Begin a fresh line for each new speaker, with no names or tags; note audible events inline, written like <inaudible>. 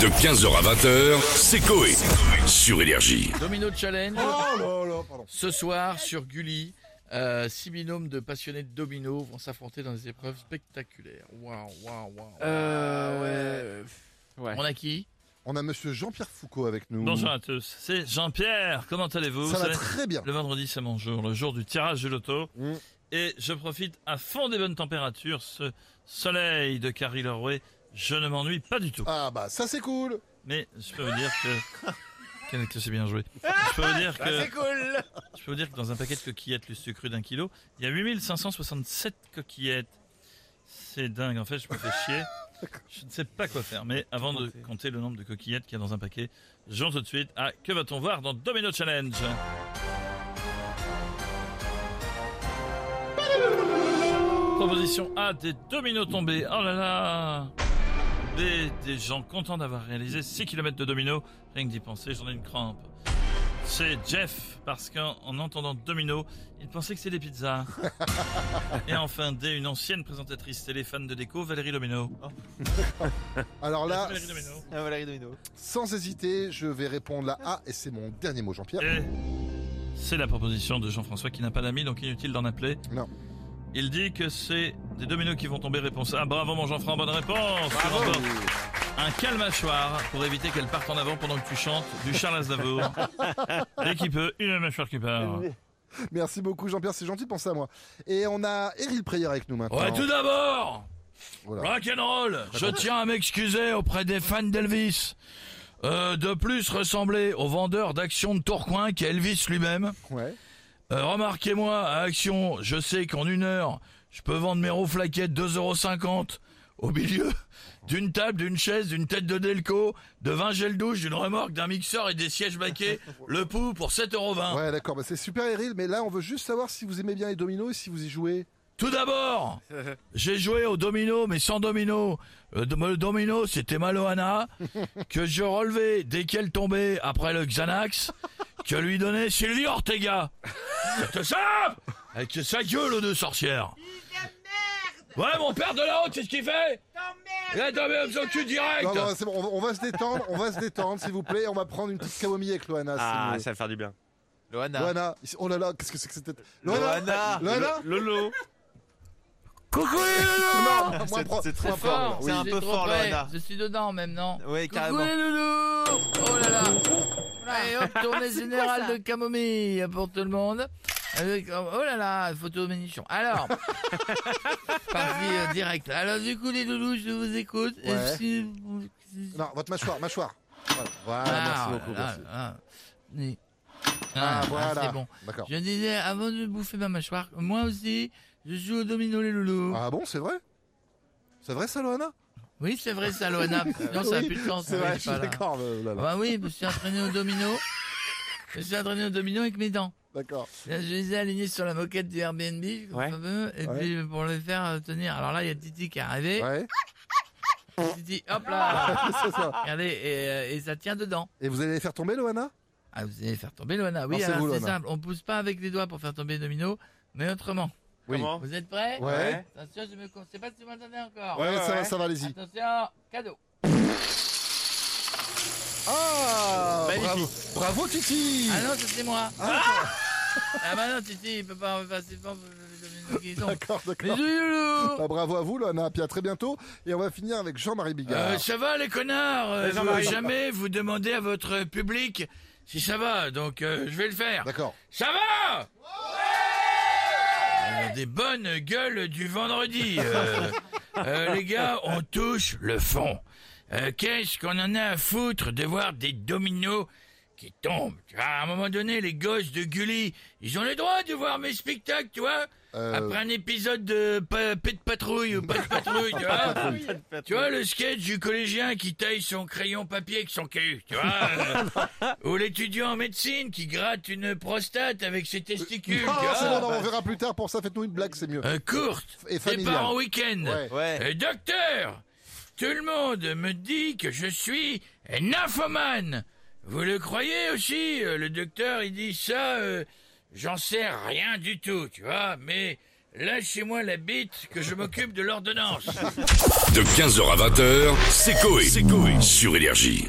De 15h à 20h, c'est Coé. Sur Énergie.
Domino Challenge.
Oh là là, pardon.
Ce soir, sur Gulli, euh, six binômes de passionnés de domino vont s'affronter dans des épreuves spectaculaires. Waouh, waouh, waouh.
Euh, ouais. Ouais.
On a qui
On a monsieur Jean-Pierre Foucault avec nous.
Bonjour à tous, c'est Jean-Pierre, comment allez-vous
Ça
Ça
va
va
très bien.
Le vendredi c'est mon jour, le jour du tirage du loto.
Mm.
Et je profite à fond des bonnes températures, ce soleil de Carrie Lerouet, je ne m'ennuie pas du tout.
Ah bah ça c'est cool.
Mais je peux vous dire que... Quel que c'est bien joué. Je peux vous dire que...
cool
Je peux vous dire que dans un paquet de coquillettes le sucré d'un kilo, il y a 8567 coquillettes. C'est dingue, en fait, je me fais chier. Je ne sais pas quoi faire, mais avant de compter le nombre de coquillettes qu'il y a dans un paquet, j'en tout de suite à Que va-t-on voir dans Domino Challenge Proposition A, des dominos tombés. Oh là là B, des gens contents d'avoir réalisé 6 km de dominos. Rien que d'y penser, j'en ai une crampe. C'est Jeff, parce qu'en en entendant Domino, il pensait que c'était des <laughs> pizzas. Et enfin, D, une ancienne présentatrice télé fan de déco, Valérie Domino.
Alors là,
Ah, Valérie Domino.
Ah, Valérie Domino.
sans hésiter, je vais répondre la A et c'est mon dernier mot Jean-Pierre.
Et c'est la proposition de Jean-François qui n'a pas d'amis, donc inutile d'en appeler.
Non.
Il dit que c'est des dominos qui vont tomber, réponse A. Bravo mon Jean-François, bonne réponse Tu remportes Un calmachoir pour éviter qu'elle parte en avant pendant que tu chantes du Charles Aznavour. Dès qu'il peut, une mâchoire qui
Ah.
part.
Merci beaucoup Jean-Pierre, c'est gentil de penser à moi. Et on a Eril Preyer avec nous maintenant.
Ouais, tout d'abord
Voilà.
Rock'n'roll Je tiens à m'excuser auprès des fans d'Elvis. Euh, de plus, ressembler au vendeur d'actions de Tourcoing qu'est Elvis lui-même.
Ouais.
Euh, Remarquez-moi, à Action, je sais qu'en une heure, je peux vendre mes rouflaquettes 2,50€ au milieu d'une table, d'une chaise, d'une tête de Delco, de 20 gels douche, d'une remorque, d'un mixeur et des sièges baquets, le pouls pour 7,20€.
Ouais, d'accord, bah, c'est super Eril, mais là on veut juste savoir si vous aimez bien les dominos et si vous y jouez.
Tout
<laughs>
d'abord, j'ai joué au domino, mais sans domino. Euh, dom- Le domino, c'était
<laughs>
ma Loana, que je relevais dès qu'elle tombait après le
<laughs>
Xanax, que lui donnait Sylvie Ortega. C'était ça Avec sa gueule de sorcière. Ouais, mon père de la haute, c'est ce qu'il fait Eh, Il a tombé au cul direct
Non, non, c'est bon, on va, on va se détendre, on va se détendre s'il vous plaît, on va prendre une petite kawami avec Loana.
Ah,
c'est
ça va faire du bien.
mieux.
Loana.
Loana, ici- oh là là, qu'est-ce que c'est que cette tête
Loana.
Loana
Lolo
Non, moins
c'est-
pro-
c'est très
moins
fort,
fort,
là.
oui.
C'est un peu fort, Loana.
Je suis dedans même, non
Oui,
Coucou
carrément.
les loulous Oh là là Allez hop,
<laughs>
tournée générale de camomille pour tout le monde. Avec, oh là là, photo de Ménichon.
<laughs>
Alors, parti euh, direct. Alors du coup les loulous, je vous écoute.
Ouais.
Est-ce que vous-
Non, votre mâchoire, mâchoire. Voilà, Voilà,
Ah,
merci beaucoup.
là,
merci.
là. Ni.
Ah,
Ah,
voilà.
c'est bon.
D'accord.
Je disais, avant de bouffer ma mâchoire, moi aussi, je joue au domino les loulous.
Ah bon, c'est vrai C'est vrai ça, Loana
Oui, c'est vrai ça,
<laughs>
Loana. Non, ça n'a
Oui,
plus de sens.
C'est
oui,
vrai,
je
je
suis
suis
pas là.
d'accord. euh,
Ah
Loana.
Bah oui, je me suis entraîné au domino. Je me suis entraîné au domino avec mes dents.
D'accord.
Je les ai alignés sur la moquette du Airbnb, le
Ouais.
fameux, et
Ouais.
puis pour le faire euh, tenir. Alors là, il y a Titi qui est arrivé.
Ouais,
Titi, hop là
<laughs> c'est ça.
Regardez, et, euh, et ça tient dedans.
Et vous allez les faire tomber, Loana
Ah, vous allez faire tomber Loana. Oui,
Lancez-vous,
alors c'est
Loana.
simple. On pousse pas avec les doigts pour faire tomber le domino, mais autrement.
Oui.
Comment
Vous êtes prêts
Ouais.
Attention, je me con- je sais pas si vous m'entendez encore.
Ouais,
Ouais,
ça va,
ouais.
ça va, allez-y.
Attention, cadeau.
Ah Bravo,
Magnifique.
bravo Titi
Ah non, ça, c'est moi. Ah, bah non, Titi, il peut pas, enfin, c'est pas le domino qui tombe.
D'accord,
Bisous,
d'accord.
loulou
Bah, bravo à vous, Loana. Puis à très bientôt. Et on va finir avec Jean-Marie Bigard.
Euh, ça va les connards euh,
Ouais, Jean-Marie.
vous- Jamais vous demandez à votre public si ça va, donc euh, je vais le faire.
D'accord.
Ça va Euh, Des bonnes gueules du vendredi. euh. Euh, les gars, on touche le fond. Euh, Qu'est-ce qu'on en a à foutre de voir des dominos qui tombent Tu vois, À un moment donné, les gosses de Gulli, ils ont le droit de voir mes spectacles, tu vois
Euh,
Après un épisode de pa- Pet de patrouille ou pas de patrouille, tu vois tu vois le sketch du collégien qui taille son crayon papier avec son cul, tu vois
<laughs>
euh, Ou l'étudiant en médecine qui gratte une prostate avec ses testicules,
Ah,
tu
c'est
vois
bon, <laughs> non, on verra plus tard. Pour ça, faites-nous une blague, c'est mieux.
Euh, Courte,
Et familiale.
départ en week-end.
Ouais.
Ouais.
Euh, docteur, tout le monde me dit que je suis nymphomane. Vous le croyez aussi Euh, Le docteur, il dit ça, euh, j'en sais rien du tout, tu vois, mais... Lâchez-moi la bite que je m'occupe de l'ordonnance.
De 15h à 20h, c'est Coé. Sur Énergie.